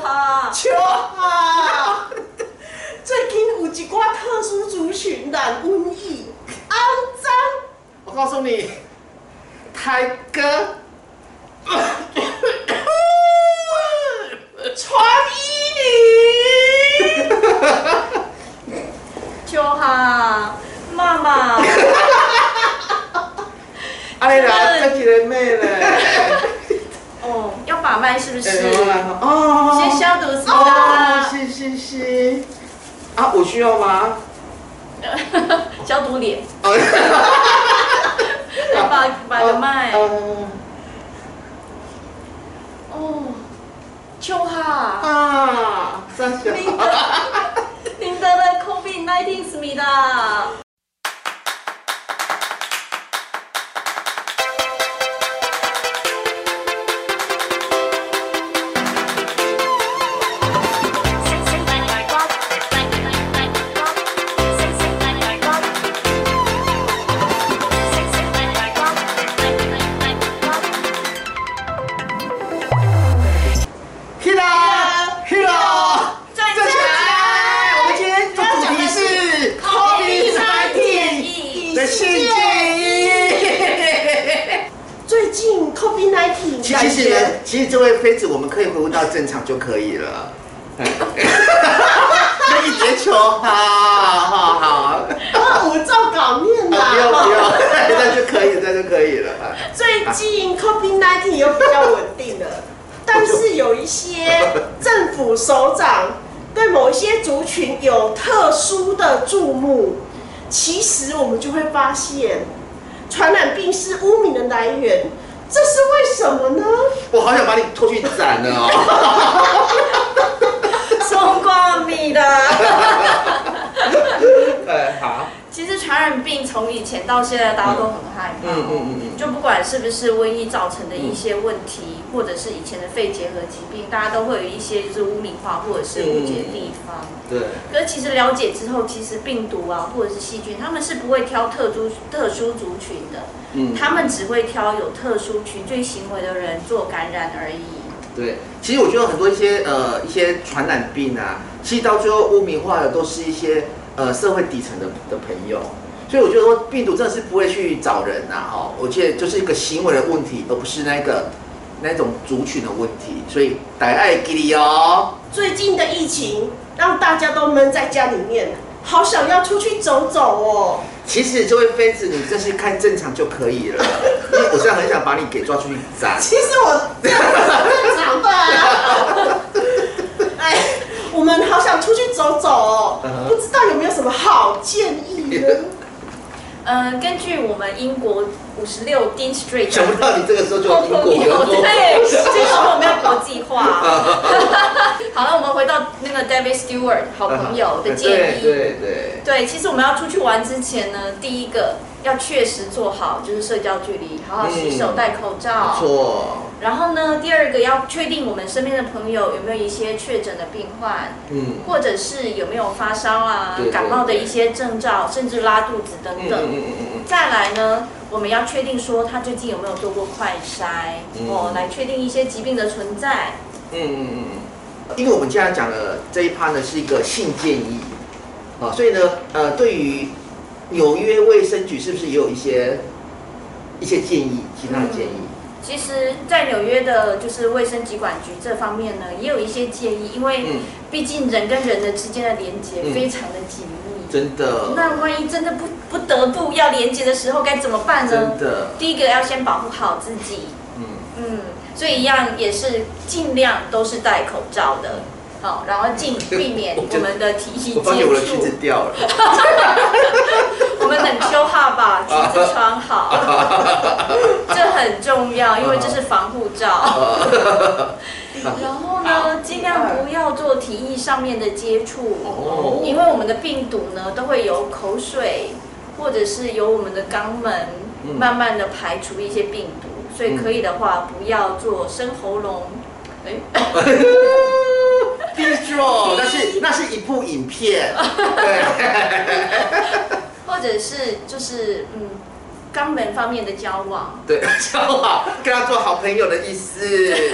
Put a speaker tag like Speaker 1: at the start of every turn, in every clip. Speaker 1: 哈，
Speaker 2: 笑啊！
Speaker 1: 最近有一寡特殊族群染瘟疫，肮脏。
Speaker 2: 我告诉你，台哥
Speaker 1: 呃传医女，就哈妈妈，
Speaker 2: 安尼啦，再一个妹咧，
Speaker 1: 哦，要把脉是不是？
Speaker 2: 哎我来哦
Speaker 1: 先消毒是
Speaker 2: 哦，
Speaker 1: 啦，
Speaker 2: 是是是，啊，我需要吗？
Speaker 1: 消毒脸，
Speaker 2: 哦，
Speaker 1: 把把个脉。
Speaker 2: 哦
Speaker 1: 哦，就哈，
Speaker 2: 啊，三小，
Speaker 1: 您得您得了 COVID 19是咪的？
Speaker 3: 星星發亮光，發亮光，星星發亮光，星星發亮光，發亮光。
Speaker 2: h 啦 h 啦，
Speaker 1: 站起来
Speaker 2: 我们今天的主题是 COVID-19 的世界。
Speaker 1: 最近 COVID 19
Speaker 2: 其实呢，其实这位妃子，我们可以恢复到正常就可以了。 那一直求，好好好，
Speaker 1: 啊，我照稿念啦。
Speaker 2: 不用不用， 那就可以，那就可以了。
Speaker 1: 最近 COVID-19 又比较稳 定了，但是有一些政府首长对某一些族群有特殊的注目，其实我们就会发现，传染病是污名的来源，这是为什么呢？
Speaker 2: 我好想把你拖去斩了哦！
Speaker 1: 送过你的。
Speaker 2: 哎，好，
Speaker 4: 其实传染病从以前到现在，大家都很害怕、
Speaker 2: 嗯嗯嗯嗯
Speaker 4: 就不管是不是瘟疫造成的一些问题，或者是以前的肺结核疾病，大家都会有一些就是污名化或者是误解的地方。
Speaker 2: 对，
Speaker 4: 可是其实了解之后，其实病毒啊或者是细菌，他们是不会挑特殊特殊族群的，
Speaker 2: 嗯，
Speaker 4: 他们只会挑有特殊群聚行为的人做感染而已。
Speaker 2: 对。其实我觉得很多一些呃一些传染病啊，其实到最后污名化的都是一些呃社会底层的的朋友。所以我觉得说病毒真的是不会去找人呐、啊，哦，我觉得就是一个行为的问题，而不是那个那种族群的问题。所以大家爱给你哦，
Speaker 1: 最近的疫情让大家都闷在家里面，好想要出去走走哦。
Speaker 2: 其实这位妃子，你真是看正常就可以了。因为我现在很想把你给抓出去斩。
Speaker 1: 其实我这样子是正常的、啊。哎，我们好想出去走走
Speaker 2: 嗯
Speaker 1: 哦
Speaker 2: 哼，
Speaker 1: 不知道有没有什么好建议呢？
Speaker 4: 嗯，根据我们英国五十六 Dean Street
Speaker 2: 想不到你这个时候就有英国啊有
Speaker 4: 有
Speaker 2: 多
Speaker 4: 对，这是我们要国际化。好了，我们回到那个 David Stewart 好朋友的建
Speaker 2: 啊哎 对
Speaker 4: 议。
Speaker 2: 对对，
Speaker 4: 对，其实我们要出去玩之前呢，第一个要确实做好就是社交距离，好好洗手、
Speaker 2: 嗯
Speaker 4: 戴口
Speaker 2: 没
Speaker 4: 罩。
Speaker 2: 错，
Speaker 4: 然后呢，第二个要确定我们身边的朋友有没有一些确诊的病患，
Speaker 2: 嗯。
Speaker 4: 或者是有没有发烧啊
Speaker 2: 对对、
Speaker 4: 感冒的一些征兆，甚至拉肚子等
Speaker 2: 嗯
Speaker 4: 等。
Speaker 2: 嗯嗯嗯
Speaker 4: 再来呢，我们要确定说他最近有没有做过快筛、
Speaker 2: 嗯
Speaker 4: 哦，来确定一些疾病的存在。
Speaker 2: 嗯嗯嗯嗯，因为我们现在讲的这一趴呢是一个性建议，啊，所以呢，呃，对于纽约卫生局是不是也有一些一些建议，其他的建议？
Speaker 4: 其实，在纽约的就是卫生疾管局这方面呢，也有一些建议，因为
Speaker 2: 嗯，
Speaker 4: 毕竟人跟人的之间的连接
Speaker 2: 嗯
Speaker 4: 非常的紧密。
Speaker 2: 真的，
Speaker 4: 那万一真的不不得不要连接的时候，该怎么办呢
Speaker 2: 真？的，
Speaker 4: 第一个要先保护好自己，
Speaker 2: 嗯，
Speaker 4: 嗯，所以一样也是尽量都是戴口罩的，好、然后 尽避免
Speaker 2: 我
Speaker 4: 我们的体体
Speaker 2: 我发现我的
Speaker 4: 接
Speaker 2: 裙
Speaker 4: 触
Speaker 2: 子。掉了。
Speaker 4: 我们冷秋哈 把裙子穿好， 这很重要，因为这是防护罩。
Speaker 2: 哦
Speaker 4: 然后呢，尽量不要做体液上面的接触，
Speaker 2: 哦
Speaker 4: 因为我们的病毒呢都会由口水或者是由我们的肛门
Speaker 2: 嗯
Speaker 4: 慢慢的排除一些病毒，所以可以的话不要做生喉咙。哎，
Speaker 2: d i s r o 那是那是一部影片，对，
Speaker 4: 或者是就是嗯，肛门方面的交往，
Speaker 2: 对， 交往跟他做好朋友的意思，对。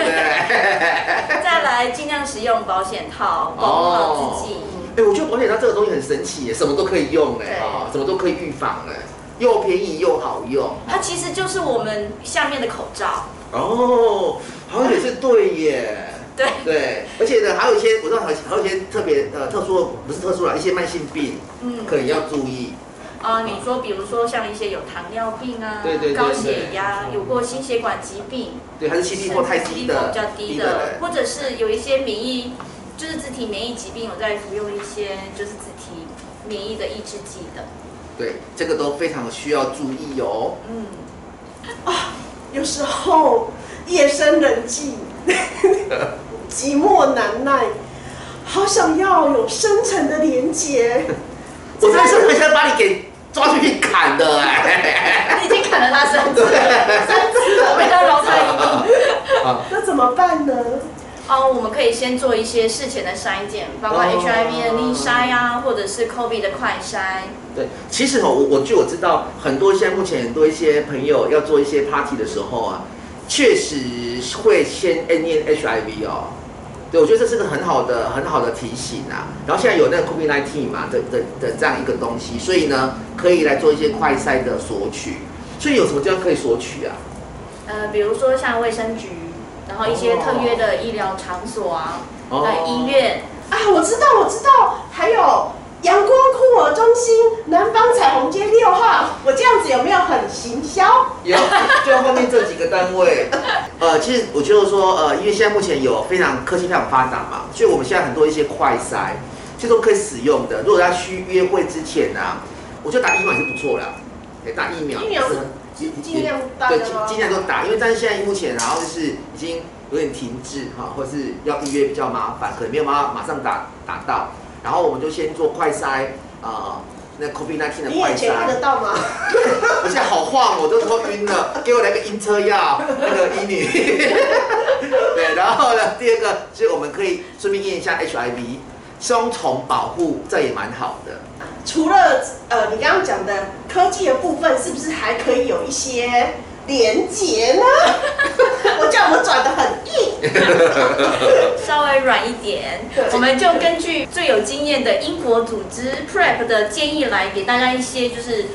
Speaker 4: 再来尽量使用保险套保护好自己。
Speaker 2: 哎、我觉得保险套这个东西很神奇耶，什么都可以用哎，
Speaker 4: 对
Speaker 2: 啊，什么都可以预防哎，又便宜又好用。
Speaker 4: 它其实就是我们下面的口罩，
Speaker 2: 哦，好像也是对耶。
Speaker 4: 对
Speaker 2: 对，而且呢，还有一些我知道，还有还有一些特别呃特殊的，不是特殊啦，一些慢性病
Speaker 4: 嗯，
Speaker 2: 可能要注意。
Speaker 4: 啊、你说比如说像一些有糖尿病啊，
Speaker 2: 对对对
Speaker 4: 高血压，
Speaker 2: 对
Speaker 4: 有过心血管疾病，
Speaker 2: 对，还是心力或太低
Speaker 4: 是
Speaker 2: 的，
Speaker 4: 比较低的，或者是有一些免疫，就是自体免疫疾病，有在服用一些就是自体免疫的抑制剂的，
Speaker 2: 对，这个都非常需要注意哦。
Speaker 4: 嗯，
Speaker 1: 有时候夜深人静，寂寞难耐，好想要有深层的连接。
Speaker 2: 我真的是很想把你给抓出去砍的哎、
Speaker 4: 你 已经砍了他三次了，三次了，被他饶他一命。
Speaker 1: 那怎么办呢？
Speaker 4: 哦，我们可以先做一些事前的筛检，包括
Speaker 2: 哦
Speaker 4: HIV 的逆筛啊，或者是 COVID 的快筛。
Speaker 2: 对，其实哦，我我据我知道，很多现在目前很多一些朋友要做一些 party 的时候啊，确实会先验 HIV 哦。对，我觉得这是个很好的、很好的提醒啊。然后现在有那个 COVID-19 嘛的的的这样一个东西，所以呢，可以来做一些快筛的索取。所以有什么地方可以索取啊？
Speaker 4: 呃，比如说像卫生局，然后一些特约的医疗场所啊，
Speaker 2: 哦
Speaker 4: 那医院，
Speaker 1: 啊，我知道，我知道，还有阳光酷我中心南方彩虹街六号，我这样子有没有很行销？
Speaker 2: 有，就后面这几个单位。 呃，其实我觉得说，呃，因为现在目前有非常科技非常发达嘛，所以我们现在很多一些快筛，这都可以使用的。如果要去约会之前啊，我觉得打疫苗也是不错啦，对，打疫苗
Speaker 1: 疫苗
Speaker 2: 是很
Speaker 1: 尽尽量大
Speaker 2: 对，
Speaker 1: 家
Speaker 2: 尽
Speaker 1: 都要
Speaker 2: 尽量都打，因为但是现在目前然后就是已经有点停滞哈，或是要预约比较麻烦，可能没有办法马上打打到，然后我们就先做快筛啊、那 COVID-19 的
Speaker 1: 你
Speaker 2: 快
Speaker 1: 眼前
Speaker 2: 筛
Speaker 1: 看。得到吗？
Speaker 2: 而且好晃，我都头晕了，给我来个晕车药，那个医女。 对，然后呢，第二个是我们可以顺便验一下 HIV，双重保护，这也蛮好的。
Speaker 1: 除了呃，你刚刚讲的科技的部分，是不是还可以有一些连接 呢？我叫我们转的很硬，
Speaker 4: 稍微软一点
Speaker 1: 对。
Speaker 4: 我们就根据最有经验的英国组织 PrEP 的建议来给大家一些就是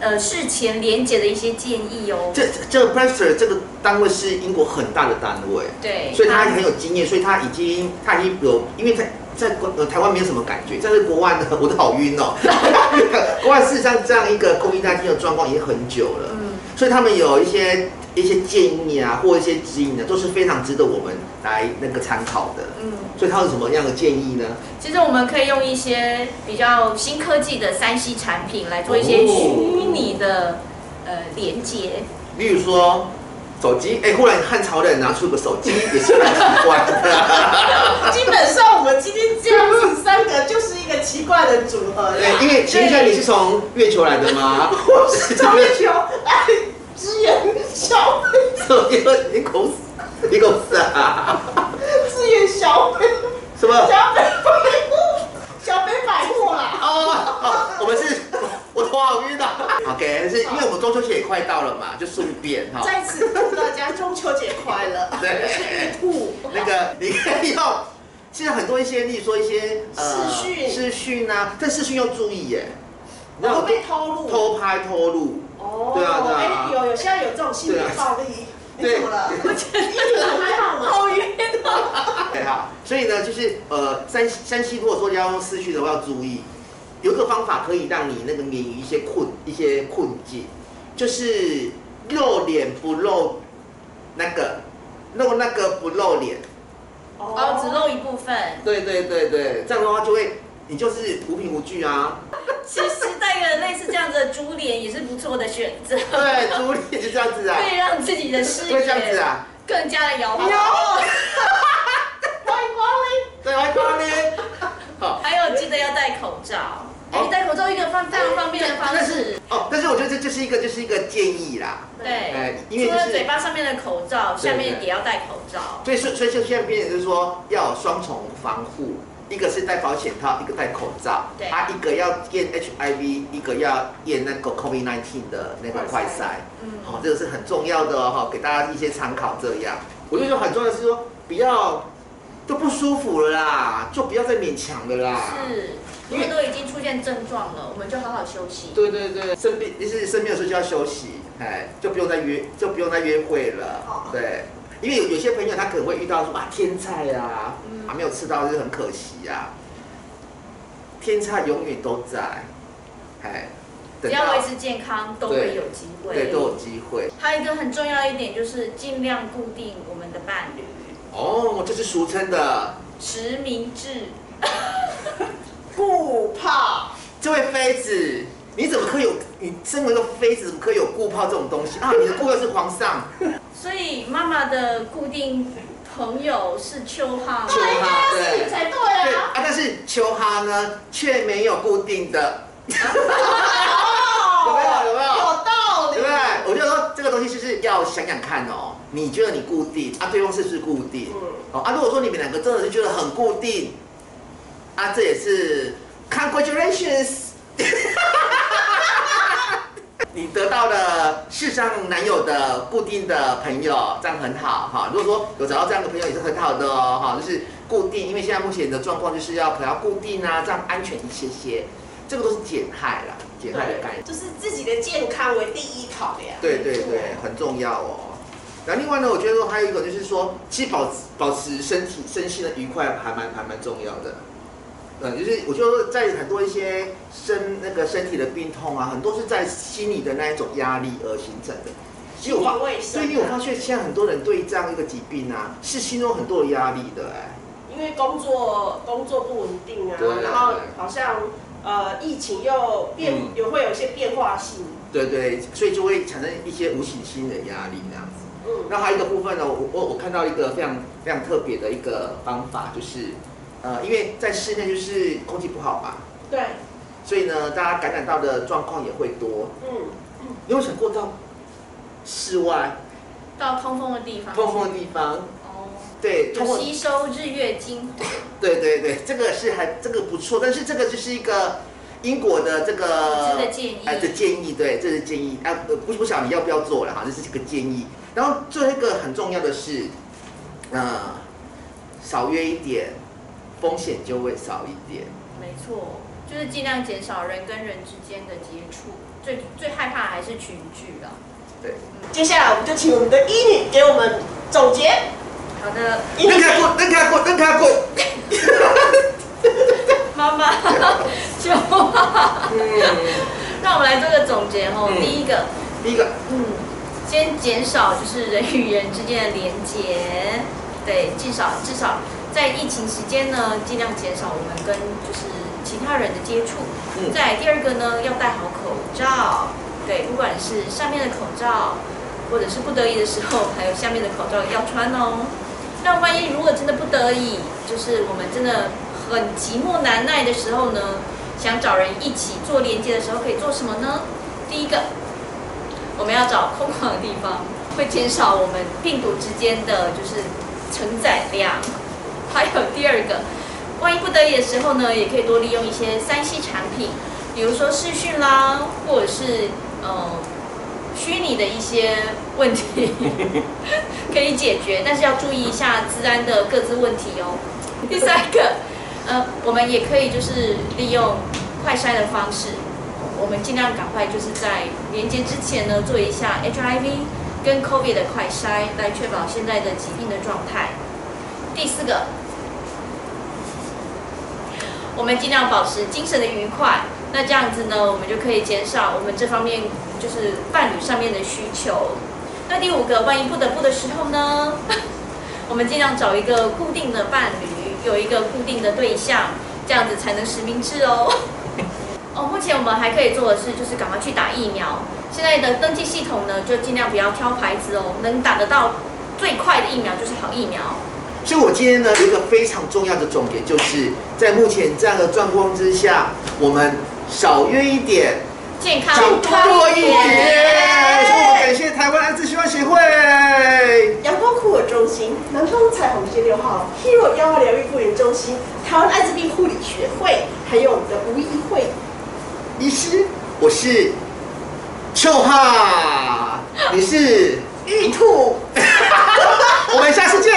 Speaker 4: 呃事前连结的一些建议哦。
Speaker 2: 这这个 Prester 这个单位是英国很大的单位，
Speaker 4: 对，
Speaker 2: 所以他很有经验，所以他已经他已经有，因为他在国呃台湾没有什么感觉，但是国外呢，我都好晕哦。 国外事实上这样一个 COVID-19 的状况已经很久了。
Speaker 4: 嗯，
Speaker 2: 所以他们有一些一些建议啊，或一些指引呢、都是非常值得我们来那个参考的。
Speaker 4: 嗯，
Speaker 2: 所以他有什么样的建议呢？
Speaker 4: 其实我们可以用一些比较新科技的三 C 产品来做一
Speaker 2: 哦
Speaker 4: 些虚拟的呃连接。
Speaker 2: 例如说手机，哎、忽然汉朝人拿出个手机，也是蛮奇怪 的。
Speaker 1: 基本上我们今天这样子三个就是一个奇怪的组合了。
Speaker 2: 对，因为请问一下，你是从月球来的吗？
Speaker 1: 我是张月球来支援哎消费，
Speaker 2: 手机，你狗屎，你狗屎啊！
Speaker 1: 支援小北，
Speaker 2: 什么？
Speaker 1: 小北百货，小北百货啊啦。
Speaker 2: 哦，哦我们是，我头好晕啊。OK，是因为我们中秋节也快到了嘛，就顺便哈。
Speaker 1: 在此祝大家中秋节快乐！
Speaker 2: 对
Speaker 1: 我是玉兔，
Speaker 2: 那 个你可以用，现在很多一些，例如说一些
Speaker 1: 视讯
Speaker 2: 视讯啊，但视讯要注意耶，
Speaker 1: 我会被偷录。
Speaker 2: 偷拍偷录，
Speaker 1: 哦，
Speaker 2: 对啊对啊
Speaker 1: 哎、有有，现在有这种心理暴力，你
Speaker 2: 对
Speaker 1: 怎么 了？我觉得你还 好吗？
Speaker 4: 好晕哦！
Speaker 2: 对哈。所以呢，就是呃，山西山西如果说要用视讯的话，要注意，有一个方法可以让你那个免于一些困一些困境，就是露脸不露那个，露那个不露脸。
Speaker 4: 哦，只露一部分。
Speaker 2: 对对对对，这样的话就会你就是无凭无据啊。
Speaker 4: 其实带个类似这样子的猪脸也是不错的选择，
Speaker 2: 对，朱莉就这样子啊。
Speaker 4: 可以让自己的视
Speaker 2: 就会这样子
Speaker 4: 野
Speaker 2: 啊，
Speaker 4: 更加的 摇晃。
Speaker 1: 欢迎光临。
Speaker 2: 对，外观呢？好，
Speaker 4: 还有记得要戴口罩，哎、
Speaker 2: 哦
Speaker 4: 戴口罩一个方非常方便的方
Speaker 2: 但
Speaker 4: 式
Speaker 2: 是。哦，但是我觉得这就是一个就是一个建议啦，
Speaker 4: 对
Speaker 2: 哎，因为
Speaker 4: 除
Speaker 2: 就
Speaker 4: 了
Speaker 2: 是
Speaker 4: 嘴巴上面的口罩，下
Speaker 2: 对
Speaker 4: 面
Speaker 2: 对
Speaker 4: 也要戴口罩。
Speaker 2: 所以所以所以就现在变成就是说要有双重防护，一个是戴保险套，一个戴口罩，
Speaker 4: 对
Speaker 2: 啊，一个要验 HIV，一个要验那个 COVID-19 的那个快
Speaker 1: 快
Speaker 2: 筛
Speaker 1: 筛，
Speaker 4: 嗯
Speaker 2: 好、这个是很重要的哦，哈给大家一些参考。这样，我就说很重要的是说，不要都不舒服了啦，就不要再勉强了啦。
Speaker 4: 是，因为都已经出现症状了，我们就好好休息。
Speaker 2: 对对对，生病就是生病的时候就要休息，哎，就不用再约，就不用再约会了。
Speaker 1: 哦
Speaker 2: 对，因为有有些朋友他可能会遇到说啊天菜啊，
Speaker 4: 嗯
Speaker 2: 啊没有吃到就是很可惜啊。天菜永远都在，哎，
Speaker 4: 只
Speaker 2: 等
Speaker 4: 要
Speaker 2: 到
Speaker 4: 维持健康，都会有机会。
Speaker 2: 对都有机会。
Speaker 4: 还有一个很重要一点就是尽量固定我们的伴侣，
Speaker 2: 哦，这是俗称的，
Speaker 4: 实名制。
Speaker 1: 不怕，
Speaker 2: 这位妃子，你怎么可以有？你身为一个妃子，怎么可以有顾炮这种东西啊？你的顾客是皇上，
Speaker 4: 所以妈妈的固定朋友是秋浩，
Speaker 2: 秋
Speaker 1: 那应
Speaker 2: 哈
Speaker 1: 该要是
Speaker 2: 对
Speaker 1: 你才对
Speaker 2: 对
Speaker 1: 啊
Speaker 2: 啊。，但是秋哈呢却没有固定的，有没有有没有
Speaker 1: 哦有道理
Speaker 2: 对不。对？我就说这个东西就是要想想看哦，你觉得你固定啊，对方是不是固定？
Speaker 1: 嗯
Speaker 2: 哦啊，如果说你们两个真的是觉得很固定，啊，这也是 congratulations，你得到了世上男友的固定的朋友，这样很好哈。如果说有找到这样的朋友也是很好的哦哈，就是固定，因为现在目前的状况就是要可能要固定啊，这样安全一些些，这个都是减害啦，减害的概念。
Speaker 1: 就是自己的健康为第一考量。
Speaker 2: 对对对，很重要哦。然后另外呢，我觉得说还有一个就是说，其实保持保持身体身心的愉快还蛮还蛮重要的。嗯，就是我觉得在很多一些身那个身体的病痛啊，很多是在心理的那一种压力而形成的。其实我发
Speaker 1: 心理卫，生
Speaker 2: 所
Speaker 1: 啊
Speaker 2: 以你有发现现在很多人对这样一个疾病啊，是心中很多的压力的哎、
Speaker 1: 因为工作工作不稳定啊
Speaker 2: 对啊，
Speaker 1: 然后好像呃疫情又变
Speaker 2: 嗯，
Speaker 1: 有会有一些变化性。
Speaker 2: 对对，所以就会产生一些无形心理的压力那样子。
Speaker 1: 嗯，
Speaker 2: 那还有一个部分呢，我我我看到一个非常非常特别的一个方法，就是，呃，因为在室内就是空气不好嘛，
Speaker 1: 对，
Speaker 2: 所以呢，大家感染到的状况也会多。
Speaker 1: 嗯，
Speaker 2: 你有想过到室外
Speaker 4: 到通风的地方。
Speaker 2: 通风的地方？
Speaker 4: 哦，
Speaker 2: 对，通
Speaker 4: 有
Speaker 2: 风，
Speaker 4: 吸收日月精华。
Speaker 2: 对对对，这个是还这个不错，但是这个就是一个英国的这个
Speaker 4: 这是建议
Speaker 2: 哎，这建议对，这是建议啊，呃不不晓得你要不要做了哈，这是这个建议。然后最后一个很重要的是，呃，少约一点，风险就会少一点。
Speaker 4: 没错，就是尽量减少人跟人之间的接触。最最害怕还是群聚了。
Speaker 2: 对，
Speaker 1: 接下来我们就请我们的医女给我们总结。
Speaker 4: 好的，
Speaker 1: 医女
Speaker 2: 扔开滚，扔开滚，扔开滚。
Speaker 4: 妈 妈，就
Speaker 2: 嗯，
Speaker 4: 让我们来做个总结哦。
Speaker 2: 嗯
Speaker 4: 第一个，
Speaker 2: 第一个，
Speaker 4: 嗯，先减少就是人与人之间的连接，对，至少至少在疫情期间呢，尽量减少我们跟就是其他人的接触。
Speaker 2: 嗯
Speaker 4: 再来第二个呢，要戴好口罩，对，不管是上面的口罩，或者是不得已的时候，还有下面的口罩要穿哦。那万一如果真的不得已，就是我们真的很寂寞难耐的时候呢，想找人一起做连接的时候，可以做什么呢？第一个，我们要找空旷的地方，会减少我们病毒之间的就是承载量。还有第二个，万一不得已的时候呢，也可以多利用一些三 C 产品，比如说视讯啦，或者是呃虚拟的一些问题可以解决，但是要注意一下治安的各自问题哦。第三个，呃，我们也可以就是利用快筛的方式，我们尽量赶快就是在连接之前呢做一下 HIV 跟 COVID 的快筛，来确保现在的疾病的状态。第四个，我们尽量保持精神的愉快。那这样子呢，我们就可以减少我们这方面就是伴侣上面的需求。那第五个，万一不得不的时候呢， 我们尽量找一个固定的伴侣，有一个固定的对象，这样子才能实名制哦。哦，目前我们还可以做的是，就是赶快去打疫苗。现在的登记系统呢，就尽量不要挑牌子哦，能打得到最快的疫苗就是好疫苗。
Speaker 2: 所以我今天呢有一个非常重要的重点，就是在目前这样的状况之下，我们少约一点，
Speaker 4: 健康
Speaker 2: 少多一点。所以我们感谢台湾艾滋希望协会。
Speaker 1: 阳光酷我中心，南方彩虹街六号 Hero 幺二疗愈顾园中中心、台湾艾滋病护理学会，还有我们的吴医会
Speaker 2: 医师，我是秋哈，你是，
Speaker 1: 玉兔。
Speaker 2: 我们下次见。